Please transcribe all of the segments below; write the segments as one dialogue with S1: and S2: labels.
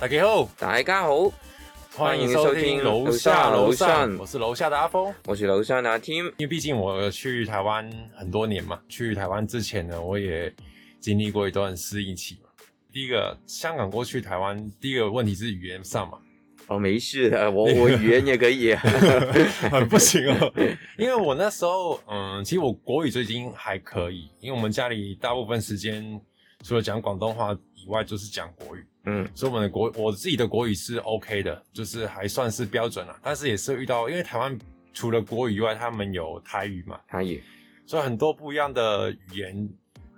S1: 大家好，
S2: 大家好，
S1: 欢迎
S2: 迎
S1: 收
S2: 收
S1: 听
S2: 听
S1: 楼
S2: 楼
S1: 下
S2: 下
S1: 楼
S2: 楼
S1: 上
S2: 上，
S1: 我是楼下的阿峰。
S2: 我是楼上的 Tim。
S1: 因为毕竟我呃去台湾很多年嘛，去台湾之前呢，我也经历过一段适应期嘛。第一个，香港过去台湾，第一个问题是语言上 嘛，
S2: 哦，没 事的，我我语言也可 以。嗯
S1: 很不行哦。因为我那时候，嗯，其实我国语就已经还可以，因为我们家里大部分时间除了讲广东话以外，就是讲国语。
S2: 嗯
S1: 所以我们的国我自己的国语是 OK 的，就是还算是标准啦、但是也是遇到，因为台湾除了国语以外，他们有台语嘛，
S2: 他也，
S1: 所以很多不一样的语言，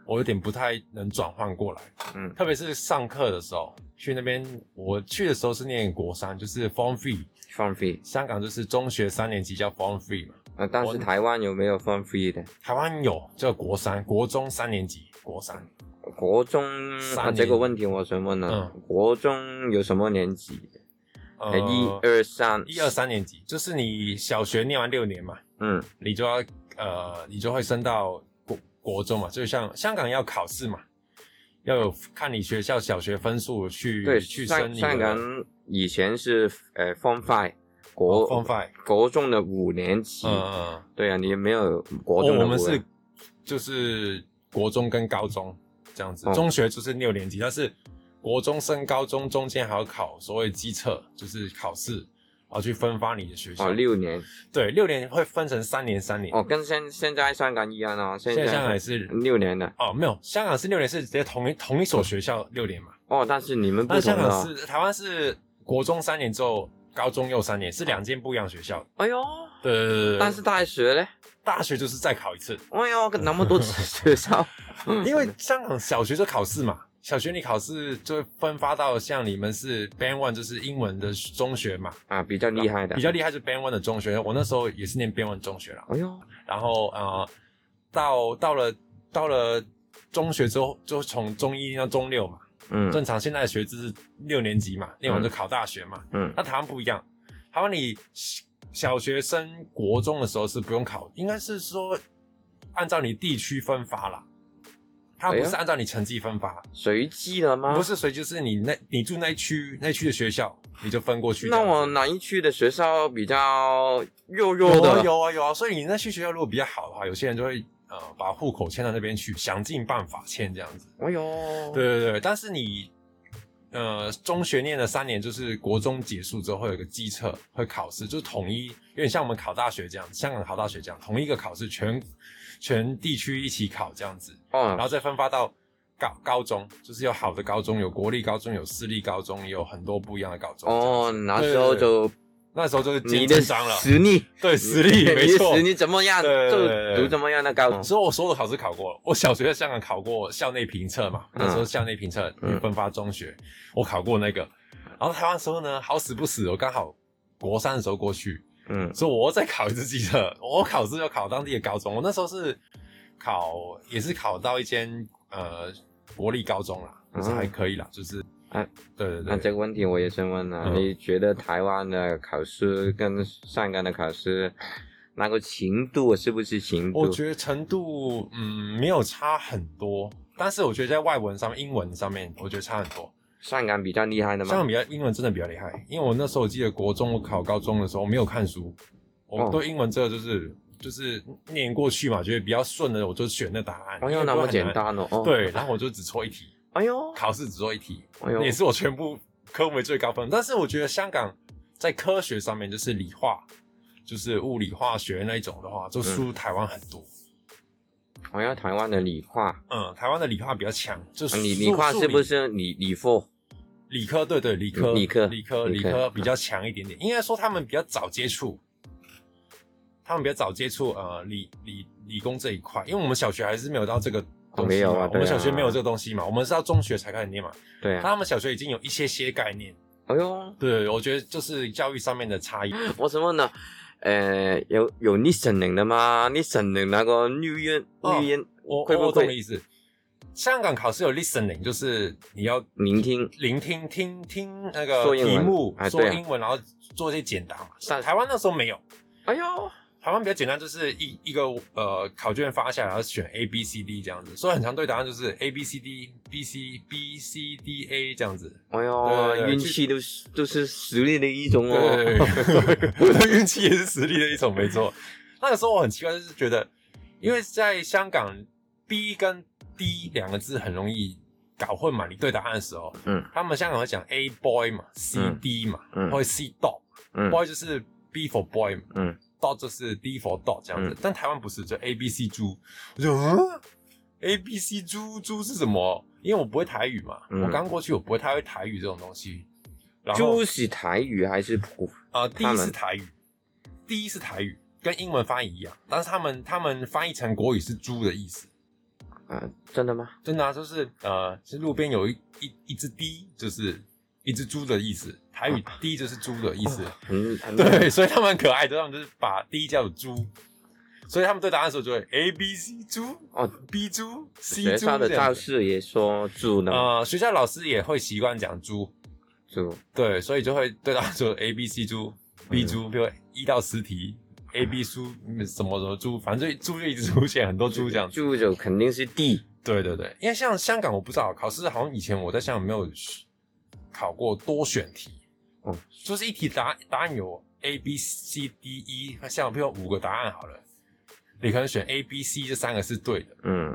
S1: 我有点不太能转换过来。
S2: 嗯
S1: 特别是上课的时候，去那边我去的时候是念国三，就是 Form Three，
S2: ，Fun Free
S1: 香港就是中学三年级叫 Form Three 嘛，
S2: 啊，但
S1: 我
S2: 是台湾有没有 Fun Free 的？
S1: 台湾有叫国三，国中三年级，国三
S2: 国中
S1: 三
S2: 啊，
S1: 年
S2: 这个问题我想问了，国中有什么年级？
S1: 嗯呃
S2: 哎一二三，
S1: 一二，三年级，就是你小学念完六年嘛。
S2: 嗯
S1: 你就要呃，你就会升到国国中嘛，就像香港要考试嘛，要有看你学校小学分数去
S2: 对，
S1: 去
S2: 上
S1: 升你的
S2: 上港以前是呃 Fun Five
S1: 哦
S2: 国
S1: form five，
S2: 国中的五年级
S1: 嗯，嗯，
S2: 对啊，你没有国
S1: 我
S2: 中的
S1: 我
S2: 五
S1: 们是
S2: 年，
S1: 就是国中跟高中这样子，
S2: 哦
S1: 中学就是六年级，但是国中升高中中间还要考所谓机测，就是考试，然后去分发你的学校。
S2: 哦六年，
S1: 对六年会分成三年三年，
S2: 哦跟现现在香港一样啊，现
S1: 现在香港
S2: 在
S1: 也是。
S2: 六年的。
S1: 哦，没有，香港是六年，是直接同一同一所学校六年嘛？
S2: 哦，但是你们不
S1: 那
S2: 同
S1: 香
S2: 的
S1: 港
S2: 啊。
S1: 是台湾是国中三年之后，高中又三年，是两间不一样的学校。
S2: 哎呦，
S1: 对对对对对
S2: 但是大学嘞，
S1: 大学就是再考一次，
S2: 哎呦，那么多 学校，嗯
S1: 因为香港小学就考试嘛，小学你考试就会分发到像你们是 Band One，就是英文的中学嘛，
S2: 啊比较厉害的
S1: 比。较厉害是 Band One 的中学。我那时候也是念 Band One 中学啦，
S2: 哎呦，
S1: 然后呃，到到了到了中学之后，就从中一到中六嘛，
S2: 嗯
S1: 正常现在的学制是六年级嘛，念完就考大学嘛，
S2: 嗯
S1: 那台湾不一样，台湾你小小学生国中的时候是不用考，应该是说按照你地区分发啦。它不
S2: 哎
S1: 是
S2: 呀
S1: 按照你成绩分发，
S2: 随机的吗？
S1: 不，是随机，就是你那你住那一区那一区的学校，你就分过去这
S2: 那
S1: 样子。
S2: 我哪一区的学校比较弱弱
S1: 有啊
S2: 的？
S1: 有啊有啊，所以你那区学校如果比较好的话，有些人就会呃把户口迁到那边去，想尽办法迁这样子。
S2: 哎呦，
S1: 对，对对，但是你呃中学念了三年，就是国中结束之后会有一个机测，会考试，就是统一，有点像我们考大学这样，香港考大学这样，同一个考试全全地区一起考这样子，然
S2: 哦，
S1: 后再分发到。高高中就是有好的高中，有国立高中，有私立高中，也有很多不一样的高中。
S2: 哦，那
S1: 对对
S2: 时候
S1: 对
S2: 就
S1: 那时候就是
S2: 你
S1: 见
S2: 的
S1: 真章了，
S2: 实力，
S1: 对实力没
S2: 你的
S1: 错
S2: 实。力怎么样
S1: 对对对
S2: 就
S1: 对
S2: 读怎么样的高中。
S1: 所以我所有的考试考过了，我小学在香港考过校内评测嘛，
S2: 嗯
S1: 那时候校内评测
S2: 嗯
S1: 分发中学，我考过那个。然后台湾的时候呢，好死不死，我刚好国三的时候过去，
S2: 嗯
S1: 所以我又再考一次机测，我考试又考当地的高中，我那时候是考也是考到一间呃国立高中啦，就是还可以啦，就是
S2: 哎
S1: 对对
S2: 嗯那
S1: 对，
S2: 这个问题我也想问了，
S1: 嗯
S2: 你觉得台湾的考试跟上港的考试，那个程度是不是程
S1: 我
S2: 度？
S1: 觉得程度嗯没有差很多，但是我觉得在外文上面、英文上面，我觉得差很多。
S2: 上港比较厉害的
S1: 香港
S2: 吗？
S1: 比较英文真的比较厉害，因为我那时候我记得国中我考高中的时候我没有看书，我
S2: 哦
S1: 对英文这个就是就是念过去嘛，觉得比较顺的我就选那答案。
S2: 哎
S1: 因
S2: 呦，
S1: 为
S2: 那
S1: 不
S2: 么
S1: 会很
S2: 简
S1: 难。
S2: 单哦！哦，
S1: 对，然后我就只错一题，
S2: 哎呦，
S1: 考试只错一题，
S2: 哎呦
S1: 那也，是我全部科目最高分。但是我觉得香港在科学上面就是理化，就是物理化学那一种的话，
S2: 嗯
S1: 就输台湾很多。
S2: 我要哎台湾的理化，啊
S1: 嗯，台湾的理化比较强，就是
S2: 你
S1: 数
S2: 理化
S1: 数
S2: 是不是理理科？
S1: 理科，对对，理科，
S2: 嗯理科
S1: 理科，理
S2: 理科
S1: 科比较强一点点。应该说他们比较早接触，他们比较早接触呃理理理工这一块，因为我们小学还是没有到这个东西嘛，
S2: 没有
S1: 我
S2: 啊对啊
S1: 们小学没有这个东西嘛，我们是到中学才开始念嘛。
S2: 对
S1: 但
S2: 啊，
S1: 他们小学已经有一些些概念，
S2: 哎呦，
S1: 对，我觉得就是教育上面的差异。
S2: 我想问呢，呃，有有 listening 的吗？listening 那个语言
S1: 哦
S2: 语言
S1: 我
S2: 会不会
S1: 我懂你的意思。香港考试有 listening，就是你要
S2: 聆听，
S1: 聆听听听那个
S2: 说英
S1: 题
S2: 文
S1: 目
S2: 哎
S1: 说
S2: 对啊
S1: 英文，然后做一些简答嘛。
S2: 但
S1: 台湾那时候没有。
S2: 哎呦，
S1: 台湾比较简单，就是一一个呃考卷发下来，然后选 A B C D 这样子，所以很常对答案就是 A B C D B C B C D A 这样子。
S2: 哎
S1: 对对
S2: 呦，
S1: 对
S2: 运气都是都是实力的一种
S1: 对
S2: 哦。
S1: 我的运气也是实力的一种，没错。那个时候我很奇怪，就是觉得，因为在香港 B 跟 D 两个字很容易搞混嘛，你对答案的时候，
S2: 嗯，
S1: 他们香港会讲 A boy 嘛，C
S2: 嗯
S1: D 嘛，
S2: 嗯
S1: 或者 C dog。
S2: 嗯
S1: boy 就是 B for boy，嘛
S2: 嗯
S1: ，dog 就是 D for dog 这样子。
S2: 嗯
S1: 但台湾不是，就 A B C 猪，我就嗯，A B C 猪猪是什么？因为我不会台语嘛，
S2: 嗯
S1: 我刚过去我不会太会台语这种东西。然后
S2: 就是台语还是普
S1: 啊、第
S2: 他
S1: 一
S2: 们
S1: 是台语，第一是台语，跟英文翻译一样，但是他们他们翻译成国语是猪的意思。
S2: 啊？真的吗？
S1: 真的、啊，就是呃，是路边有一一一只猪，就是一只猪的意思。台语“猪”就是猪的意思。
S2: 很很
S1: 对，所以他们很可爱的，他们就是把第一叫猪，所以他们对答案的时候就会 A B C 猪
S2: 哦。
S1: B 猪 C
S2: 学
S1: 猪
S2: 校的
S1: 这样
S2: 教
S1: 子
S2: 室也说住呢，
S1: 呃，学校老师也会习惯讲猪，
S2: 住
S1: 对，所以就会对答案说 A B C 猪
S2: 嗯
S1: B 猪，比如一到十题 A B 猪嗯什么什么猪，反正就猪就一直出现很多猪这样子。
S2: 住就肯定是地
S1: 对对对，因为像香港我不知道，考试好像以前我在香港没有考过多选题，
S2: 哦
S1: 就是一题答答案有 A B C D E，那像比如说五个答案好了，你可能选 A B C 这三个是对的，
S2: 嗯，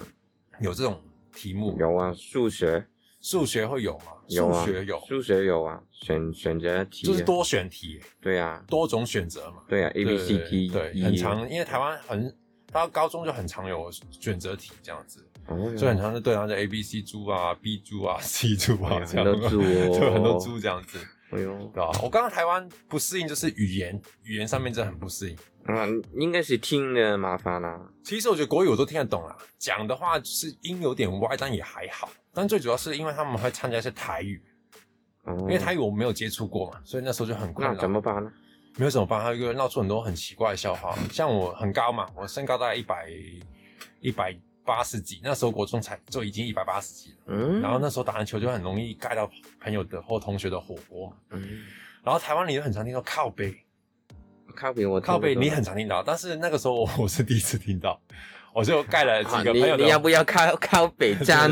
S1: 有这种题目，
S2: 有啊，数学
S1: 数学会有吗？
S2: 有啊，
S1: 数学有，
S2: 数学有啊，选选择题，啊
S1: 就是多选题，
S2: 对啊，
S1: 多种选择嘛。
S2: 对啊，A
S1: 对对
S2: B C
S1: 对
S2: D
S1: 对，
S2: E，
S1: 很长，因为台湾很到高中就很常有选择题这样子，
S2: 哦哟，
S1: 所以很常就对然后就 A B C 猪啊、B 猪啊、C 猪
S2: 哎
S1: 啊
S2: 呀
S1: 这样，
S2: 很多猪 哦
S1: 就很多猪这样子。
S2: 哎呦，
S1: 对吧？我刚刚台湾不适应就是语言，语言上面真的很不适应。
S2: 啊，应该是听的麻烦啦，
S1: 其实我觉得国语我都听得懂啦，讲的话就是音有点歪，但也还好。但最主要是因为他们会参加一些台语，
S2: 哦，
S1: 因为台语我没有接触过嘛，所以那时候就很困
S2: 那怎
S1: 扰。
S2: 么办呢？
S1: 没有什么办法，他就闹出很多很奇怪的笑话。像我很高嘛，我身高大概一百一百八十几，那时候国中才就已经一百八十几了。
S2: 嗯，
S1: 然后那时候打篮球就很容易盖到朋友的或同学的火锅嘛。
S2: 嗯，
S1: 然后台湾里就很常听到靠背，
S2: 靠北我听
S1: 靠
S2: 不
S1: 背
S2: 懂
S1: 你很常听到，但是那个时候我 我是第一次听到，我就盖了几
S2: 啊，
S1: 个朋友
S2: 你你要
S1: 的，
S2: 不要靠靠北站？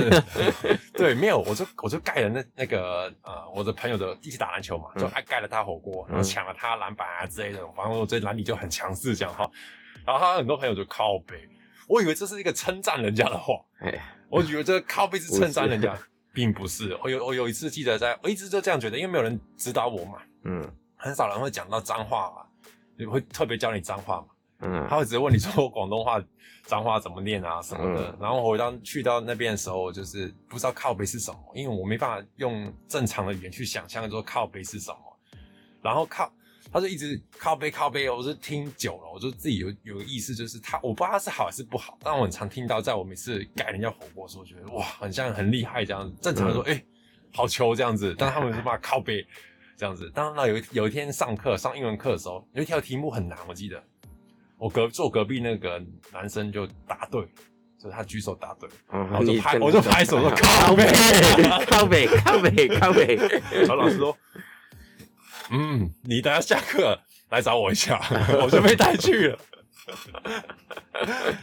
S1: 对，没有，我就我就盖了那那个呃我的朋友的一起打篮球嘛，
S2: 嗯
S1: 就爱盖了他火锅，然后抢了他篮板啊之类的，反正我对篮底就很强势这样哈，然后他很多朋友就靠背，我以为这是一个称赞人家的话，
S2: 哎，
S1: 我以为这个靠背是称赞人
S2: 不
S1: 家，并不是，我有我有一次记得在，我一直就这样觉得，因为没有人指导我嘛，
S2: 嗯
S1: 很少人会讲到脏话嘛，也会特别教你脏话嘛。
S2: 嗯，
S1: 他会直接问你说广东话、脏话怎么念啊什么的。
S2: 嗯
S1: 然后我当去到那边的时候，我就是不知道靠北是什么，因为我没办法用正常的语言去想象说靠北是什么。然后靠，他就一直靠背靠背，我就听久了，我就自己有有意识，就是他我不知道他是好还是不好，但我很常听到，在我每次盖人家火锅的时候，我觉得哇，很像很厉害这样子。正常人说，哎、好球这样子，但他们是骂靠背。这样子，当然有一有一天上课上英文课的时候，有一条题目很难，我记得，我隔坐隔壁那个男生就答对，就是他举手答对，然
S2: 哦
S1: 后就
S2: 你
S1: 拍
S2: 真的
S1: 我就拍手说靠背，
S2: 靠北靠北靠北，
S1: 然后老师说，嗯，你等下下课来找我一下， 我就被带去了。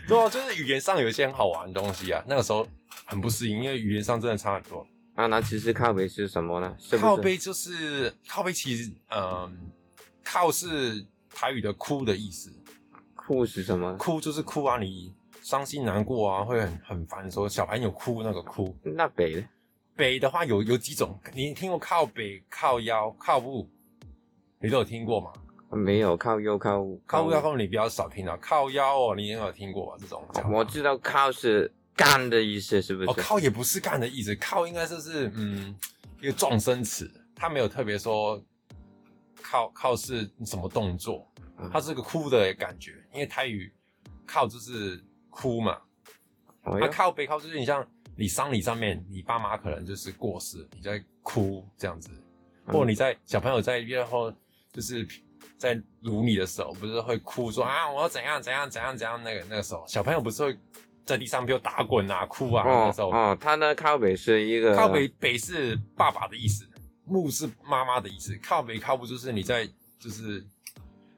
S1: 对啊，就是语言上有一些很好玩的东西啊，那个时候很不适应，因为语言上真的差很多。
S2: 啊，那其实靠北是什么呢？是不是
S1: 靠背就是靠背，其实嗯、靠是台语的哭的意思，
S2: 酷是什么？
S1: 哭就是哭啊，你伤心难过啊，会很很烦的时候，小朋友哭那个哭。
S2: 那北呢？
S1: 北的话有有几种，你听过靠北、靠腰、靠步，你都有听过吗？
S2: 没有靠右靠
S1: 靠步、靠步你比较少听到，靠腰哦，你也有听过吧？这种讲法
S2: 我知道靠是干的意思，是不
S1: 哦，
S2: 是？
S1: 靠也不是干的意思，靠应该就是嗯一个撞声词，他没有特别说靠靠是什么动作，它是个哭的感觉，因为台语靠就是哭嘛，
S2: 哎
S1: 他
S2: 呦
S1: 啊靠背靠就是你像你丧礼上面，你爸妈可能就是过世，你在哭这样子，
S2: 嗯
S1: 或你在小朋友在月后就是在撸你的时候，不是会哭说啊我要怎样怎样怎样怎样那个那个时候，小朋友不是会在地上比如打滚啊哭啊、那
S2: 哦
S1: 时候，
S2: 哦，啊他呢靠北是一个
S1: 靠北北是爸爸的意思，木是妈妈的意思，靠北靠不就是你在就是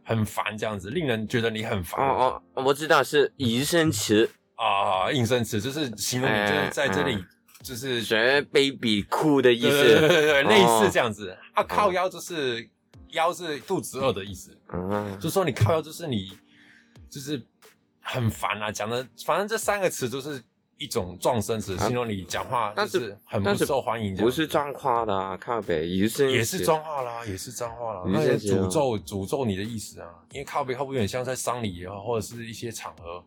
S1: 很烦这样子，令人觉得你很烦
S2: 哦哦，我知道是余生词，
S1: 啊、应声词就是形容你
S2: 哎
S1: 就是在这里、
S2: 嗯
S1: 就是
S2: 学 baby 哭的意
S1: 对对对
S2: 思。
S1: 对对，类似
S2: 哦
S1: 这样子。啊，靠腰就是腰是肚子饿的意思，
S2: 嗯，
S1: 就说你靠腰就是你就是很烦啊，讲的反正这三个词就是一种撞声词，
S2: 啊
S1: 形容你讲话就
S2: 但是
S1: 是很不
S2: 但是
S1: 受欢迎这样子，
S2: 不是脏话的啊，靠北，余生
S1: 也是
S2: 词
S1: 脏话啦，也是脏话啦，
S2: 你是
S1: 那也
S2: 这样
S1: 诅咒诅咒你的意思啊，因为靠北靠不远，像在丧礼啊，或者是一些场合，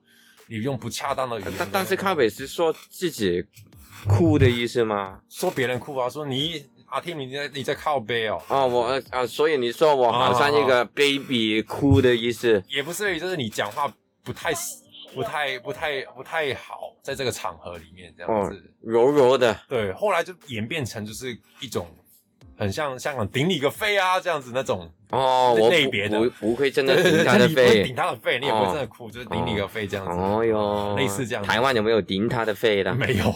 S1: 你用不恰当的语言，
S2: 但但是靠北是说自己哭的意思吗？
S1: 说别人哭啊，说你阿 Tim 你在你在靠背哦，
S2: 哦，我呃啊，所以你说我好像一
S1: 啊
S2: 个 baby 哭的意思。
S1: 也不至于，就是你讲话不太不太不太不太好，在这个场合里面这
S2: 嗯
S1: 样子，
S2: 柔柔的，
S1: 对，后来就演变成就是一种很像香港顶你个肺啊这样子那种
S2: 哦，我
S1: 类
S2: 不
S1: 别的
S2: 不不会真的
S1: 对对
S2: 顶
S1: 对，
S2: 他
S1: 就
S2: 的
S1: 你不会顶
S2: 肺。
S1: 他的肺，你也不会
S2: 哦
S1: 真的哭，就是顶你个肺这样子。
S2: 哦哟，
S1: 类似这样子
S2: 台湾有没有顶他的肺的？
S1: 没有，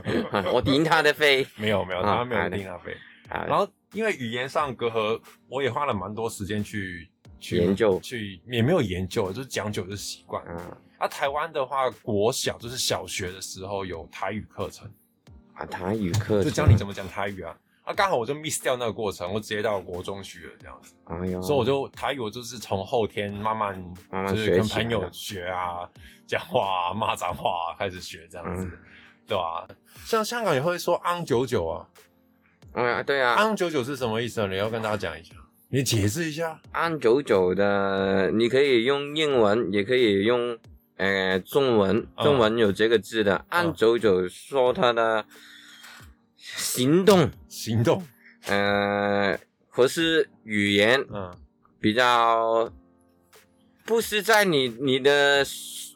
S2: 我顶他的肺。
S1: 没有，没有，
S2: 哎啊
S1: 他没有
S2: 好的
S1: 听阿飞。
S2: 啊
S1: 然后因为语言上隔阂，我也花了蛮多时间去去
S2: 研究
S1: 去也没有研究，就是讲久就习惯。
S2: 啊
S1: 啊，台湾的话，国小就是小学的时候有台语课程，
S2: 啊，台语课
S1: 就教你怎么讲台语啊。啊，刚好我就 miss 掉那个过程，我直接到国中去了这样子，
S2: 么？哎呦，
S1: 所以我就台语我就是从后天慢慢
S2: 慢慢
S1: 就是跟
S2: 学起来
S1: 朋友
S2: 了
S1: 学啊，讲话啊，骂脏话啊，开始学这样子，
S2: 嗯
S1: 对吧、像香港也会说昂九九啊，
S2: 哎呀，对啊，
S1: 安九九是什么意思呢？你要跟大家讲一下，你解释一下。
S2: 安九九的，你可以用英文，也可以用呃中文，
S1: 嗯
S2: 中文有这个字
S1: 啊
S2: 的。安九九说他的行动，
S1: 行动，
S2: 呃，可是语言
S1: 嗯，
S2: 比较不是在你你的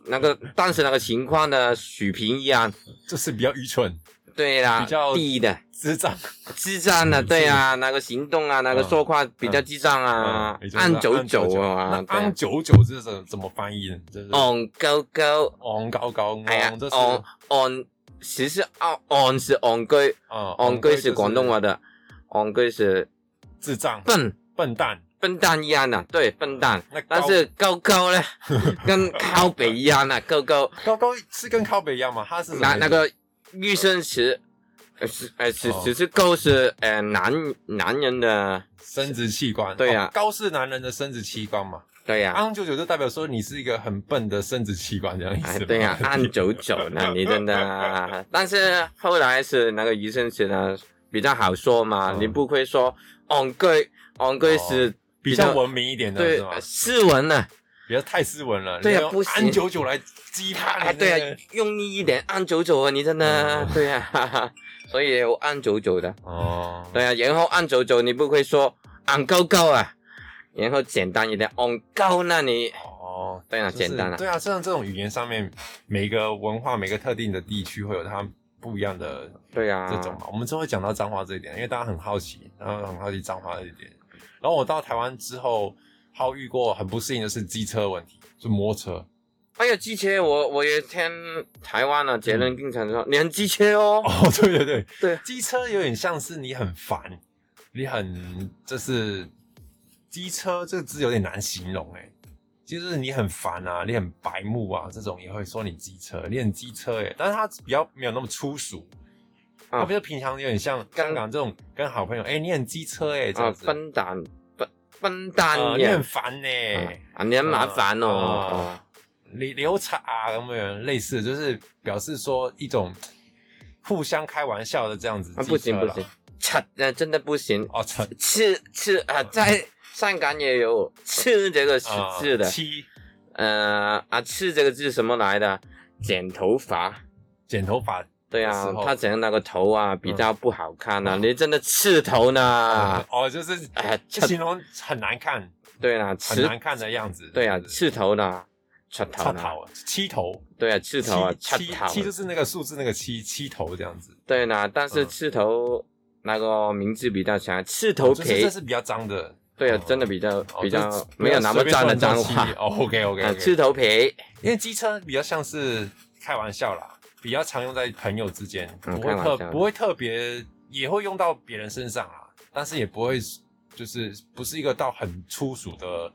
S2: 那个当时那个情况的水平一样。
S1: 就是比较愚蠢、
S2: 对啦，
S1: 比较嗯
S2: 低的
S1: 智障。
S2: 智障的，对啊，那个行动啊，那个
S1: 嗯
S2: 说话比较智障啊
S1: 嗯，
S2: 按九九啊，
S1: 那安
S2: 对，
S1: 九九是怎怎么翻译呢？就是
S2: 昂高高，
S1: 昂高高，
S2: 哎呀
S1: 昂这，是
S2: 昂昂，其实昂昂是昂居，
S1: 啊，
S2: 昂居哦是广东
S1: 话，
S2: 话的，昂居是
S1: 智障、
S2: 笨
S1: 笨蛋。
S2: 笨蛋一样的，对，笨蛋
S1: 那高。
S2: 但是高 高呢，跟靠北一样的，啊高高
S1: 高高是跟靠北一样吗？他是什么意
S2: 那
S1: 思
S2: 那个预生词，呃是呃只
S1: 哦
S2: 只是高是呃男男人的，
S1: 生殖器官，
S2: 对啊呀
S1: 哦高是男人的生殖器官嘛。
S2: 对呀。
S1: 安九九就代表说你是一个很笨的生殖器官，这样意
S2: 哎
S1: 思。，
S2: 对呀、，按九九呢，你真的。但是后来是那个余生词呢，比较好说嘛，
S1: 嗯
S2: 你不会说 on 居 on 居是
S1: 比较文明一点的
S2: 对
S1: 是吗？
S2: 斯文啊呢，
S1: 不要太斯文了，你
S2: 对啊
S1: 要用
S2: 不行
S1: 安九九来激他你
S2: 啊
S1: 那个
S2: 对啊，用力一点按九九啊，你真的
S1: 嗯
S2: 对呀、哈哈，所以有按九九的，
S1: 哦，
S2: 对啊，然后按九九你不会说 on 高高啊，然后简单一点 on 高那你
S1: 哦，
S2: 对啊，
S1: 就是
S2: 简单了、
S1: 对啊，像这种语言上面，每个文化、每个特定的地区会有它不一样的
S2: 对啊，
S1: 这种嘛。我们之后会讲到脏话这一点，因为大家很好奇，然后很好奇脏话这一点。然后我到台湾之后，还有遇过很不适应的是机车问题，就摩托车。
S2: 还有哎机车，我我也听台湾的杰伦经常说，你很机车哦，
S1: 哦， 对对对
S2: 对
S1: 机车有点像是你很烦，你很就是机车这个字有点难形容哎、欸，就是你很烦啊，你很白目啊，这种也会说你机车，你很机车哎、欸，但是它比较没有那么粗俗。
S2: 啊
S1: 它不是平常有点像
S2: 跟
S1: 香港这种跟好朋友，哎、你很机车哎、欸，这
S2: 啊
S1: 样，子，
S2: 笨蛋，笨笨蛋
S1: 呃你
S2: 呀
S1: 很，烦呢、欸，
S2: 啊，你很麻烦哦，
S1: 啊
S2: 哦
S1: 你流产啊咁样，类似就是表示说一种互相开玩笑的这样子。
S2: 啊，
S1: 机
S2: 不
S1: 车
S2: 行不
S1: 啦
S2: 行，吃，那真的不行，
S1: 哦，成
S2: 吃吃啊，在香港也有吃这个
S1: 啊
S2: 字的，
S1: 七
S2: 呃啊，吃这个字什么来的？剪头发，
S1: 剪头发
S2: 对
S1: 的时
S2: 啊
S1: 候，
S2: 他剪那个头啊比较不好看啊，
S1: 嗯
S2: 你真的刺头呢，
S1: 哦，就是
S2: 哎，刺
S1: 形容很难看，
S2: 对啦，
S1: 很
S2: 刺
S1: 难看的样子。
S2: 对啊，
S1: 就是
S2: 刺头的，出头
S1: 插
S2: 的，
S1: 头啊七头，
S2: 对啊，刺头啊，出
S1: 七
S2: 头
S1: 七，七就是那个数字那个七七头这样子。
S2: 对啦，但
S1: 嗯哦
S2: 是刺头那个名字比较强，刺头
S1: 就是
S2: 皮
S1: 这，是比较脏的，
S2: 对啊
S1: 哦，
S2: 真的比较
S1: 哦
S2: 比较
S1: 就是
S2: 没有那么脏的脏
S1: 不要随便
S2: 话
S1: 乱，撞七哦，OK OK
S2: 啊，
S1: OK，
S2: 刺头皮，
S1: 因为机车比较像是开玩笑啦，比较常用在朋友之间，
S2: 嗯
S1: 不会
S2: 开玩
S1: 特
S2: 笑
S1: 不会特别，也会用到别人身上啦，但是也不会就是不是一个到很粗俗的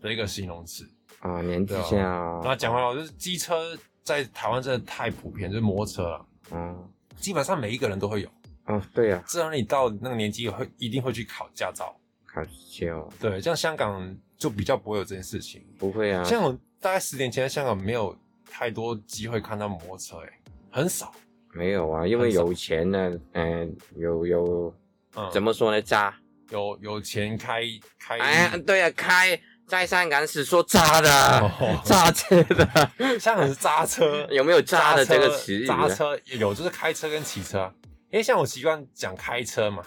S1: 的一个形容词。
S2: 啊，年纪
S1: 对啊
S2: 下
S1: 然后讲回来，我就是机车在台湾真的太普遍，就是摩托车啊，
S2: 嗯
S1: 基本上每一个人都会有。
S2: 哦，对呀，
S1: 自然你到那个年纪会一定会去考驾照。
S2: 考究
S1: 对，像香港就比较不会有这件事情。
S2: 不会啊，
S1: 像我大概十年前在香港没有太多机会看到摩托车、欸，很少。
S2: 没有啊，因为
S1: 很少
S2: 有钱呢，嗯，有有
S1: 嗯，
S2: 怎
S1: 么
S2: 么说呢，渣，
S1: 有有钱开开？
S2: 哎，对啊，开在香港是说渣的，
S1: 哦
S2: 渣车的，
S1: 香港是渣车
S2: 啊，有没有渣的
S1: 车
S2: 这个词语啊？
S1: 渣车有，就是开车跟骑车啊。因为像我习惯讲开车嘛，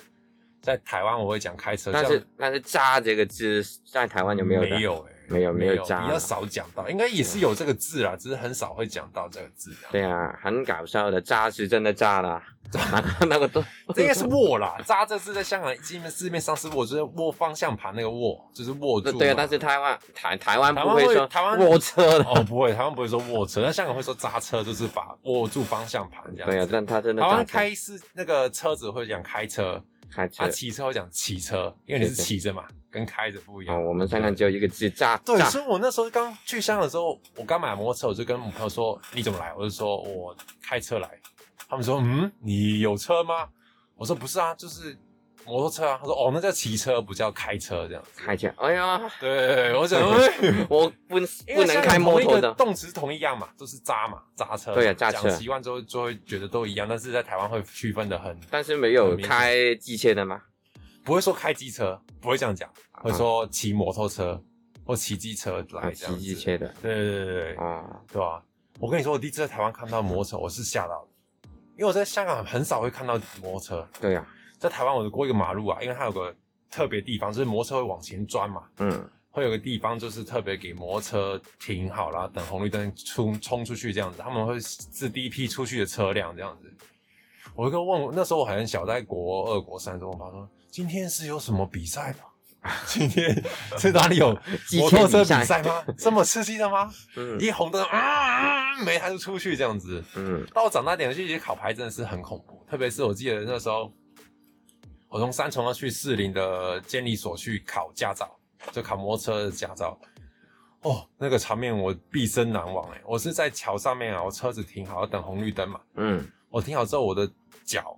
S1: 在台湾我会讲开车，
S2: 但
S1: 像
S2: 是但是“渣”这个字在台湾有没有的？
S1: 没有、欸，
S2: 没有没有渣
S1: 比较少讲到，应该也是有这个字啦，只是很少会讲到这个字啊。
S2: 对啊，很搞笑的，渣是真的渣啦，那个 那个都
S1: 这应该是握啦，渣这次在香港基本市面上是握，就是握方向盘那个握，就是握住嘛。
S2: 对啊，但是台湾台台湾
S1: 台
S2: 不
S1: 湾
S2: 会
S1: 会
S2: 说
S1: 台湾
S2: 卧车的，
S1: 哦不会，台湾不会说握车，但香港会说揸车，就是把握住方向盘这样
S2: 对啊
S1: 子。，
S2: 但他真的
S1: 台
S2: 渣
S1: 湾开是那个车子会讲开车，
S2: 开车
S1: 啊骑车会讲骑车，因为你是骑着嘛，跟开着不一
S2: 哦，
S1: 样。
S2: 我们香港只有一个字渣
S1: 对，
S2: 渣
S1: 所以我那时候刚去香港的时候，我刚买摩托车，我就跟我朋友说你怎么来，我就说我开车来。他们说嗯，你有车吗？我说不是啊，就是摩托车啊。他说哦，那叫骑车，不叫开车这样。
S2: 开车，哎呀，
S1: 对，我想
S2: 我不
S1: 因
S2: 哎不
S1: 为
S2: 能
S1: 香港
S2: 开摩
S1: 同
S2: 托
S1: 一个
S2: 的，
S1: 动词同一样嘛，都是渣嘛，渣车。
S2: 对啊渣车
S1: 讲习惯之后就会觉得都一样，但是在台湾会区分的很，
S2: 但是没有开机车的吗？
S1: 不会说开机车，不会这样讲，会说骑摩托车或骑机车
S2: 啊，
S1: 来这
S2: 骑
S1: 样
S2: 机
S1: 子。
S2: 车的
S1: 对对对对对，
S2: 啊，
S1: 对吧？我跟你说，我第一次在台湾看到摩托车，我是吓到的，因为我在香港很少会看到摩托车，
S2: 对啊，
S1: 在台湾我过一个马路啊，因为它有个特别地方，就是摩托车会往前钻嘛。
S2: 嗯，
S1: 会有个地方就是特别给摩托车停好啦，等红绿灯冲冲出去这样子，他们会是第一批出去的车辆这样子。我就问我，那时候我还很小，在国二、国三的时候，我爸说今天是有什么比赛吗？ 今天是哪里有
S2: 机
S1: 摩
S2: 车
S1: 托车
S2: 比赛
S1: 比赛吗？这么刺激的吗？
S2: 嗯
S1: 一红灯，啊，没他就出去这样子。
S2: 嗯
S1: 到我长大点，我就觉得考牌真的是很恐怖，特别是我记得那时候，我从三重要去士林的监理所去考驾照，就考摩托车的驾照。哦，那个场面我毕生难忘哎、我是在桥上面啊，我车子停好要等红绿灯嘛，
S2: 嗯，
S1: 我停好之后，我的脚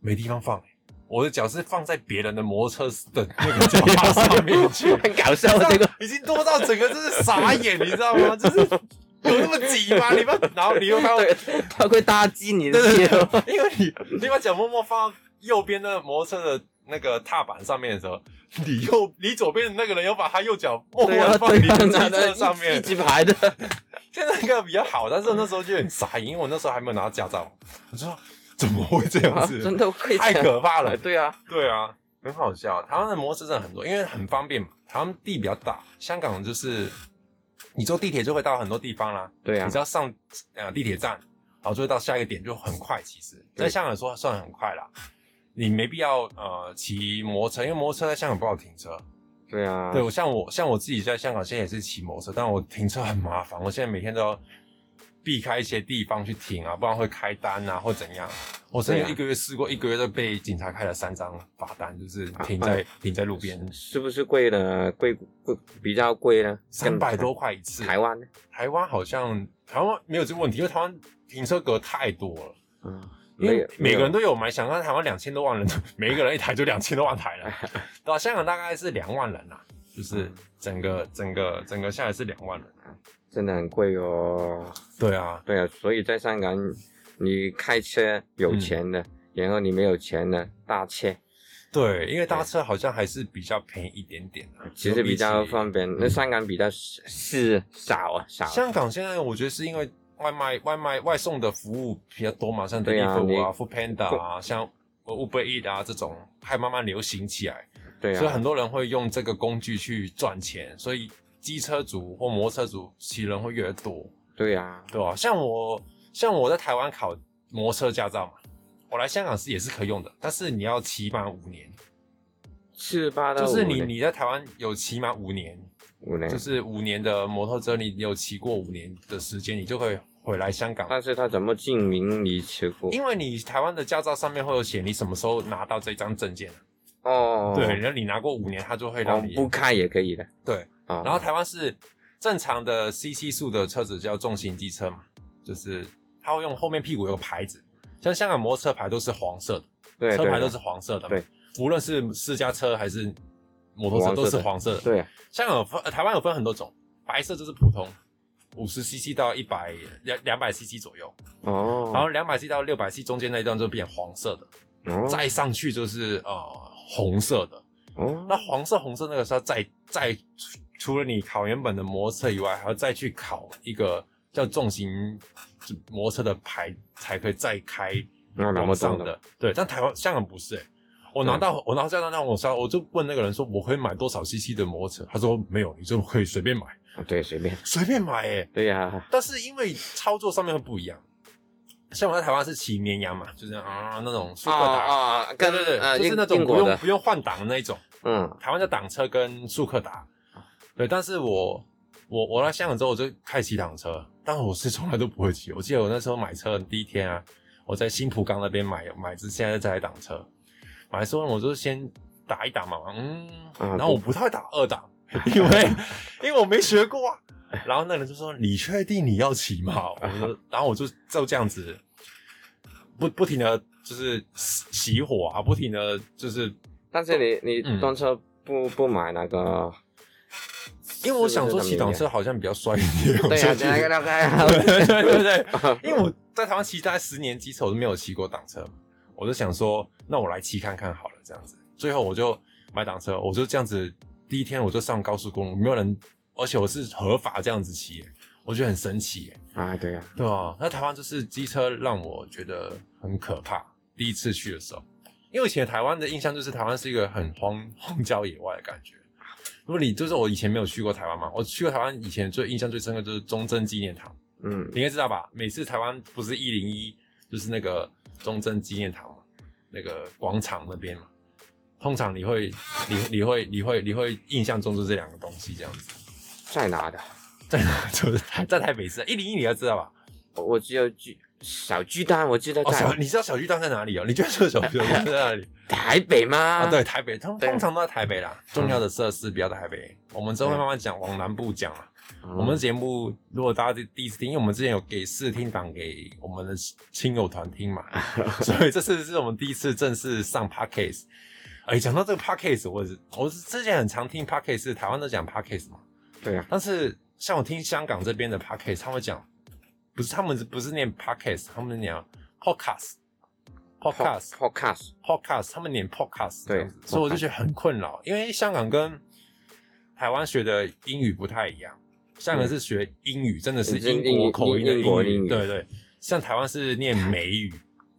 S1: 没地方放、欸、我的脚是放在别人的摩托车的那个 脚踏上面去，
S2: 很搞笑 这个。
S1: 已经多到整个就是傻眼，你知道吗？就是有那么急吗？你不要，然后你又看我
S2: 对，他会搭击你的
S1: 对对
S2: 肌肉。
S1: 对，因为你你把脚默默放到右边的摩托车的那个踏板上面的时候，你右你左边的那个人又把他右脚默
S2: 对
S1: 默地
S2: 啊，
S1: 放
S2: 对
S1: 你的
S2: 啊，
S1: 机
S2: 那
S1: 车
S2: 那
S1: 上
S2: 一一
S1: 面。
S2: 级牌的，
S1: 现在那个比较好，但是那时候就很傻眼，因为我那时候还没有拿到驾照，我就说怎么会这样
S2: 啊
S1: 子？
S2: 真的会
S1: 太
S2: 这样
S1: 可怕了。
S2: 对啊，
S1: 对啊，很好笑。台湾的摩托车真的很多，因为很方便嘛，台湾地比较大，香港就是你坐地铁就会到很多地方啦。
S2: 对啊
S1: 你只，要上呃地铁站，然后就会到下一个点，就很快。其实，
S2: 嗯对
S1: 在香港来说算很快啦。你没必要呃骑摩托车，因为摩托车在香港不好停车。
S2: 对啊，
S1: 对我像我像我自己在香港现在也是骑摩托车，但我停车很麻烦，我现在每天都要避开一些地方去停啊，不然会开单啊或怎样。我曾
S2: 对
S1: 经
S2: 啊
S1: 一个月试过，一个月都被警察开了三张罚单，就是停
S2: 啊
S1: 在、停在路边，
S2: 是不是贵呢？贵贵比较贵呢？
S1: 三百多块一次。
S2: 台湾呢？
S1: 台湾好像台湾没有这个问题，因为台湾停车格太多了。
S2: 嗯，
S1: 因为每个人
S2: 都
S1: 都有买，想看台湾两千多万人， 每一个人一台就两千多万台 了，对吧、香港大概是两万人啦、啊
S2: 嗯
S1: 就是整个整个整个下来是两万人。啊
S2: 真的很贵哦。
S1: 对啊，
S2: 对啊，所以在香港，你开车有钱的，
S1: 嗯
S2: 然后你没有钱的搭车，
S1: 对，因为搭车好像还是比较便宜一点点啊的、
S2: 其实比较方
S1: 便。
S2: 便。那香港比较是少啊，少啊。
S1: 嗯香港现在我觉得是因为外卖外卖外送的服务比较多嘛，像
S2: 对啊
S1: Deliveroo 啊、
S2: 你
S1: Food Panda 啊，像 Uber Eat 啊这种，还慢慢流行起来。
S2: 对
S1: 所以
S2: 啊，
S1: 很多人会用这个工具去赚钱，所以机车族或摩托车族骑人会越来越多，
S2: 对啊，
S1: 对吧、像我，像我在台湾考摩托车驾照嘛，我来香港是也是可以用的，但是你要骑满五年，
S2: 四八到
S1: 就
S2: 五
S1: 是你
S2: 年嗯
S1: 你在台湾有骑满五年，
S2: 五年
S1: 就，是五年的摩托车，你有骑过五年的时间，你就会回来香港。
S2: 但是他怎么证明你吃过？
S1: 因为你台湾的驾照上面会有写你什么时候拿到这张证件，
S2: 哦，
S1: 对，然后你拿过五年，他就会
S2: 哦
S1: 让你
S2: 不开也可以的。
S1: 对，
S2: 啊，
S1: 然后台湾是正常的 CC 数的车子叫重型机车嘛，就是它会用后面屁股有个牌子，像香港摩托车牌都是黄色的，
S2: 对
S1: 车
S2: 对啊
S1: 牌都是黄色的嘛，
S2: 对，
S1: 无论是私家车还是摩托车
S2: 黄色
S1: 都
S2: 的
S1: 是黄色的。
S2: 对啊
S1: 香港有分，呃台湾有分很多种，白色就是普通，五十 CC 到一百两两百 CC 左右，
S2: 哦，
S1: 然后两百 CC 到六百 CC 中间那一段就变黄色的，
S2: 哦
S1: 再上去就是呃红色的。那
S2: 哦
S1: 黄色、红色那个是要再再除除了你考原本的摩托车以外，还要再去考一个叫重型摩托车的牌，才可以再开
S2: 那那
S1: 往
S2: 么
S1: 上
S2: 脏
S1: 的
S2: 的，。
S1: 对，但台湾香港不是、欸，我拿到我拿到驾照那我上，我就问那个人说我可以买多少 CC 的摩托车，他说没有，你就可以随便买，
S2: 哦对，随便，
S1: 随便买哎、
S2: 对呀，
S1: 但是因为操作上面会不一样，像我在台湾是骑绵羊嘛，就是啊那种速克达，
S2: 啊啊，
S1: 对
S2: 跟
S1: 对对，
S2: 呃
S1: 就是
S2: 英
S1: 那种
S2: 英
S1: 不
S2: 国
S1: 用
S2: 的，
S1: 不用换挡的那一种。
S2: 嗯，
S1: 台湾叫挡车跟速克达，对，但是我我我来香港之后我就开始骑挡车，但我是从来都不会骑。我记得我那时候买车的第一天啊，我在新浦港那边买买之现在这台挡车，买的时候我就先打一档嘛，嗯，
S2: 啊
S1: 然后我不太打二档， 因为因为我没学过啊。然后那人就说：“你确定你要骑吗？”我说，然后我就就这样子，不不停的就是熄火啊，不停的就是
S2: 但是你
S1: 嗯
S2: 你单车不不买那个，
S1: 因为我想说骑挡车好像比较帅一点，
S2: 对啊
S1: 我
S2: 呀，
S1: 就
S2: 那
S1: 觉
S2: 个
S1: 得
S2: 那个，
S1: 对对对
S2: 嗯
S1: 对，因为我在台湾骑大概十年机车，我都没有骑过挡车，我就想说，那我来骑看看好了，这样子。最后我就买挡车，我就这样子，第一天我就上高速公路，没有人，而且我是合法这样子骑，我觉得很神奇耶，
S2: 啊，对呀，
S1: 对啊，那台湾就是机车让我觉得很可怕，第一次去的时候，因为以前台湾的印象就是台湾是一个很荒 荒郊野外的感觉。如果你就是我以前没有去过台湾嘛，我去过台湾以前最印象最深刻就是中正纪念堂，
S2: 嗯
S1: 你应该知道吧？每次台湾不是一零一就是那个中正纪念堂嘛，那个广场那边嘛，通常你会你你会你会你会印象中就是这两个东西这样子，
S2: 在哪的？
S1: 在哪就是 台在台北市啊一零一你要知道吧？
S2: 我我只有巨小巨蛋，我记得
S1: 哦，小
S2: 在
S1: 你知道小巨蛋在哪里哦？你居然知道小巨蛋在哪里
S2: 台北吗？
S1: 啊？对，，台北，通
S2: 对
S1: 通常都在台北啦。重要的设施比较在台北，我们之后会慢慢讲，往南部讲啊。
S2: 哦
S1: 我
S2: 嗯
S1: 们节目如果大家第第一次听，因为我们之前有给试听档给我们的亲友团听嘛，所以这次是我们第一次正式上 podcast。哎，讲到这个 podcast，我是我是之前很常听 podcast，是台湾都讲 podcast 嘛，
S2: 对啊呀，
S1: 但是像我听香港这边的 podcast，他们讲不是他们不是念 podcast，他们念 podcast。podcast
S2: podcast，
S1: podcast，他们念 podcast 这
S2: 对
S1: 样子，所以我就觉得很困扰，因为香港跟台湾学的英语不太一样，香港是学英语，真的是
S2: 是
S1: 英
S2: 英
S1: 国口
S2: 语
S1: 音
S2: 嗯英
S1: 的
S2: 英国英
S1: 语，
S2: 语
S1: 对对，像台湾是念美语，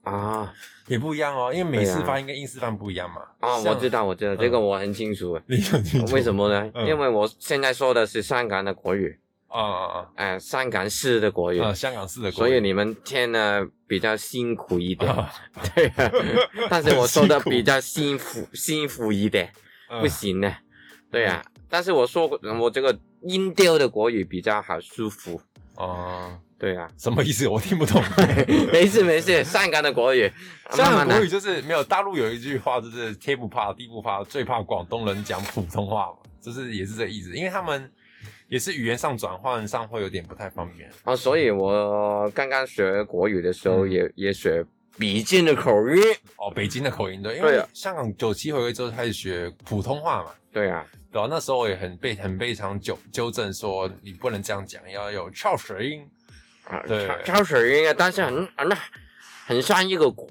S2: 啊
S1: 也不一样哦，因为美
S2: 对啊
S1: 式发音跟英式发音不一样嘛。
S2: 啊，
S1: 像
S2: 我知，道，我知道，这个我很清楚。
S1: 你嗯很清楚
S2: 为什么呢？
S1: 嗯
S2: 因为我现在说的是香港的国语，
S1: 啊啊
S2: 哎、香港市的国语，
S1: 啊啊！香港式的国
S2: 所
S1: 语，
S2: 以你们听呢比较辛苦一点，
S1: 啊
S2: 对、但是我说的
S1: 很辛苦
S2: 比较幸福幸福一点，
S1: 嗯
S2: 不行呢，对呀、但是我说过，我这个音调的国语比较好舒服，
S1: 哦，
S2: 对 呀、
S1: 什么意思？我听不 懂。
S2: 没事没事，香港的国语，慢
S1: 香港
S2: 慢
S1: 国
S2: 来
S1: 语就是没有大陆有一句话，就是天不怕地不怕，最怕广东人讲普通话嘛，就是也是这意思，因为他们也是语言上转换上会有点不太方便。
S2: 啊。所以我刚刚学国语的时候
S1: 嗯
S2: 也、也学比较的口语，
S1: 哦，北京的口音对，因
S2: 对
S1: 为
S2: 啊
S1: 香港九七回归之后开始学普通话嘛，
S2: 对啊呀、
S1: 对吧、那时候我也很被很被常纠纠正说你不能这样讲，要有翘舌音。
S2: 啊，
S1: 对
S2: 超超水应该，但是很很很像一个国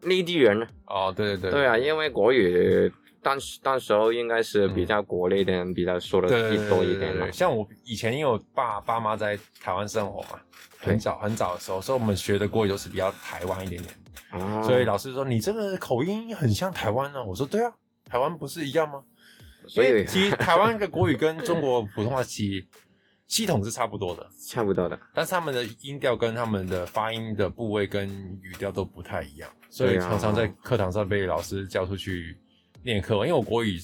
S2: 内地人呢。
S1: 哦，对对对，
S2: 对啊，因为国语当时当时候应该是比较国内的人比较说的
S1: 嗯对对对
S2: 多
S1: 对
S2: 一
S1: 对
S2: 点嘛
S1: 对，。像我以前因为我爸爸妈在台湾生活嘛，很
S2: 对
S1: 早很早的时候，所以我们学的国语都是比较台湾一点点。
S2: 啊
S1: 所以老师说你这个口音很像台湾呢、我说对啊，台湾不是一样吗？
S2: 所
S1: 因为
S2: 以
S1: 其实台湾的国语跟中国普通话其实系统是差不多的，
S2: 差不多的。
S1: 但是他们的音调跟他们的发音的部位跟语调都不太一样，所以
S2: 对啊
S1: 常常在课堂上被老师叫出去念课文。因为我国语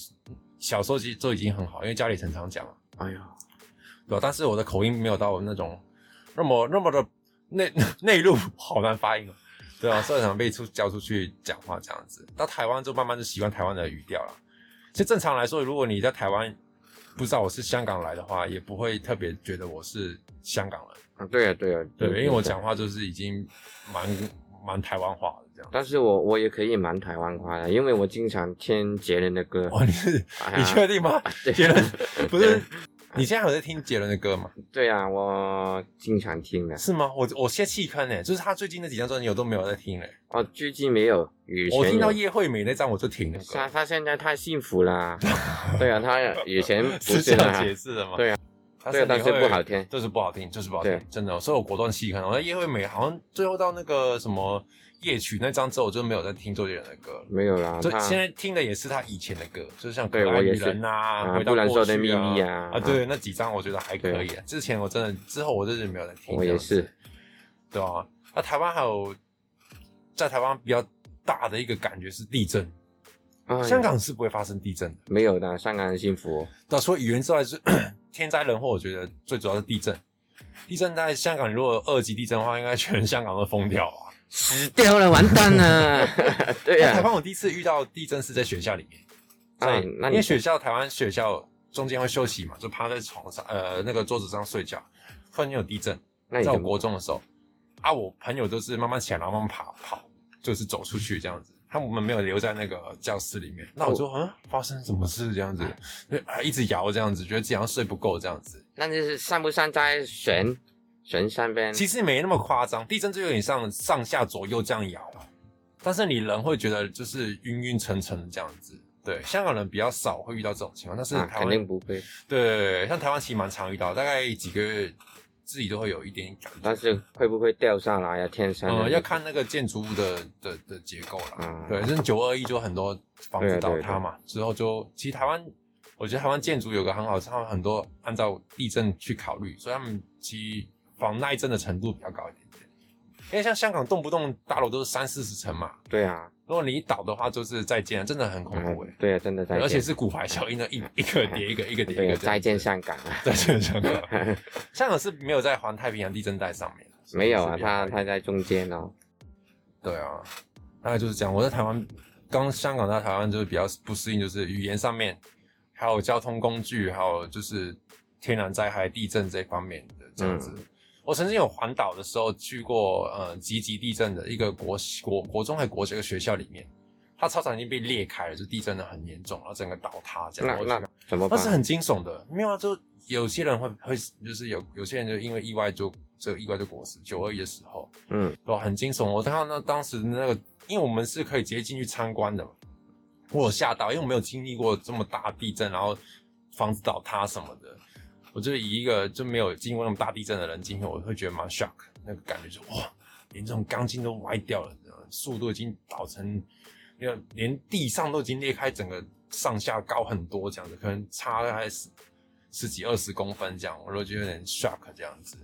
S1: 小时候其实就已经很好，因为家里常常讲嘛，
S2: 哎呀，
S1: 对吧？但是我的口音没有到那种那么那么的内 内陆，好难发音哦。对啊，所以常被出教出去讲话这样子。到台湾就慢慢就习惯台湾的语调了。其实正常来说，如果你在台湾不知道我是香港来的话，也不会特别觉得我是香港人。
S2: 啊，对啊，对啊，
S1: 对，因为我讲
S2: 话，
S1: 话就是已经蛮蛮台湾话的这样。
S2: 但是我我也可以蛮台湾话的，因为我经常听杰伦的歌。
S1: 哦，你是啊
S2: 哎 呀
S1: 你确定吗？
S2: 对
S1: 杰 伦不是，你现在还在听杰伦的歌吗？
S2: 对啊，我经常听的。
S1: 是吗？我我现在弃坑呢，就是他最近那几张专辑我都没有在听嘞。
S2: 哦，最近没有，以前
S1: 我听到
S2: 有
S1: 叶惠美那张我就停 了。
S2: 他他现在太幸福 啦。对啊，他以前不
S1: 是这
S2: 是
S1: 样
S2: 啦。
S1: 解释的吗？
S2: 对
S1: 啊但
S2: 啊，对啊，但是不好听。
S1: 就是不好听，就是不好听
S2: 对，
S1: 真的。所以我果断弃坑。我在叶惠美好像最后到那个什么夜曲那张之后，我就没有再听周杰伦的歌了。
S2: 没有啦，
S1: 所以
S2: 他
S1: 现在听的也是他以前的歌，就是像《可
S2: 啊对
S1: 爱
S2: 我
S1: 女
S2: 也是
S1: 人》啊，
S2: 啊
S1: 回到
S2: 布兰
S1: 过
S2: 说的
S1: 去啊
S2: 秘密啊
S1: 啊，对，那几张我觉得还可以啊
S2: 对。
S1: 之前我真的，之后我真的没有在听。
S2: 我也是，
S1: 对啊。那台湾还有在台湾比较大的一个感觉是地震，
S2: 哎
S1: 香港是不会发生地震的。
S2: 没有的，香港很幸福。
S1: 那除了语言之外是天灾人祸，我觉得最主要是地震。地震在香港，如果有二级地震的话，应该全香港都疯掉吧？
S2: 死掉了，完蛋了。 对
S1: 哎台
S2: 呀，
S1: 湾我第一次遇到地震是在学校里面，
S2: 啊
S1: 在、
S2: 那
S1: 因
S2: 你
S1: 为学校台湾学校中间会休息嘛，就趴在床上呃那个桌子上睡觉，突然间有地震，
S2: 那你
S1: 在
S2: 怎
S1: 我
S2: 么
S1: 国中的时候啊，我朋友都是慢慢起来，然后慢慢爬跑，就是走出去这样子。他们没有留在那个教室里面，那我就嗯，发生什么事这样子，就啊一直摇这样子，觉得自己好像睡不够这样子，
S2: 那就是上不上在悬悬上边？
S1: 其实没那么夸张，地震就有点像上下左右这样摇啊，但是你人会觉得就是晕晕沉沉的这样子。对，香港人比较少会遇到这种情况，但是
S2: 啊，
S1: 台
S2: 肯
S1: 湾、
S2: 定不会。
S1: 对，像台湾其实蛮常遇到，大概几个月自己都会有一点感觉。
S2: 但是会不会掉下来呀？天上
S1: 呃，
S2: 的
S1: 要看那个建筑物的的的结构啦。
S2: 啊
S1: 对，像九二一就很多房子
S2: 对
S1: 倒
S2: 对
S1: 塌嘛，之后就其实台湾，我觉得台湾建筑有个很好，是他们很多按照地震去考虑，所以他们其实防耐震的程度比较高一点点。因为像香港动不动大楼都是三四十层嘛，
S2: 对啊，
S1: 如果你一倒的话就是再见，真的很恐
S2: 啊
S1: 怖哎、
S2: 对啊，真的再
S1: 而且
S2: 见，
S1: 是骨牌效应的一一个叠一个，一个叠一
S2: 对
S1: 个这
S2: 啊，
S1: 样
S2: 再
S1: 子
S2: 见香港 啊！
S1: 再见香港， 香港是没有在环太平洋地震带上面的，所以
S2: 没有啊，
S1: 是比较
S2: 他他在中间哦。
S1: 对啊，大概就是这样。我在台湾，刚香港到台湾就是比较不适应，就是语言上面，还有交通工具，还有就是天然灾害、地震这方面的这样子。
S2: 嗯
S1: 我曾经有环岛的时候去过，呃，集集地震的一个国国国中还国这个学校里面，它操场已经被裂开了，就地震的很严重，然后整个倒塌这
S2: 那
S1: 样。
S2: 那怎么
S1: 那是
S2: 办？
S1: 很惊悚的，没有啊，就有些人会会就是有有些人就因为意外就这个意外就过世，九二一的时候，
S2: 嗯，
S1: 对吧、很惊悚。我看到那当时那个，因为我们是可以直接进去参观的嘛，我有吓到，因为我没有经历过这么大地震，然后房子倒塌什么的。我就以一个就没有经过那么大地震的人进去，我会觉得蛮 shock，那个感觉就哇，连这种钢筋都歪掉了，树都已经倒成，因为连地上都已经裂开，整个上下高很多这样子，可能差大概十十几二十公分这样，我都觉得有点 shock 这样子。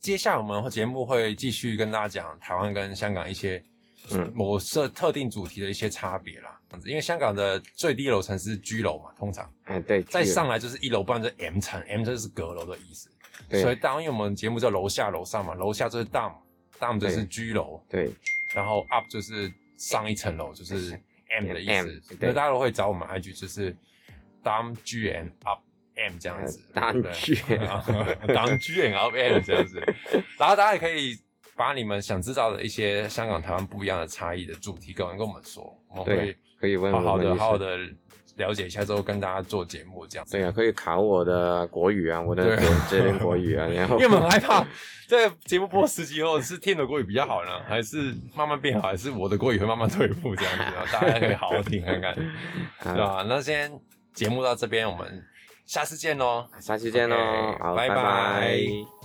S1: 接下来我们节目会继续跟大家讲台湾跟香港一些
S2: 嗯
S1: 某设特定主题的一些差别啦，这样子因为香港的最低楼层是居楼嘛，通常。
S2: 哎，对，
S1: 再
S2: 去了
S1: 上来就是一楼，不然就是 M 层，M 层就是阁楼的意思。
S2: 对
S1: 所以当因为我们节目叫楼下楼上嘛，楼下就是 down，down 就是
S2: 对
S1: 居楼，
S2: 对
S1: 然后 up 就是上一层楼，就是 M 的意思
S2: M，。
S1: 那
S2: 对
S1: 大家都会找我们 IG，就是 down G and up M 这样子。
S2: 当
S1: 对
S2: 去
S1: 当 G and up M 这样子，然后大家也可以。把你们想知道的一些香港、台湾不一样的差异的主题，跟我们跟我们说，我们会
S2: 对可以问
S1: 好好
S2: 我们
S1: 的、
S2: 一
S1: 好好
S2: 下。
S1: 的了解一下之后，跟大家做节目这样子。
S2: 对啊，可以考我的国语啊，我
S1: 对
S2: 的国这边国语啊，然
S1: 因
S2: 后
S1: 为我们很害怕，这个节目播十集后是听的国语比较好呢，还是慢慢变好，还是我的国语会慢慢退步这样子啊？大家可以好好听看 看，对
S2: 啊，
S1: 吧？那今天节目到这边，我们下次见喽。
S2: 下期见喽
S1: OK，，
S2: 好，
S1: 拜
S2: 拜
S1: 拜
S2: 拜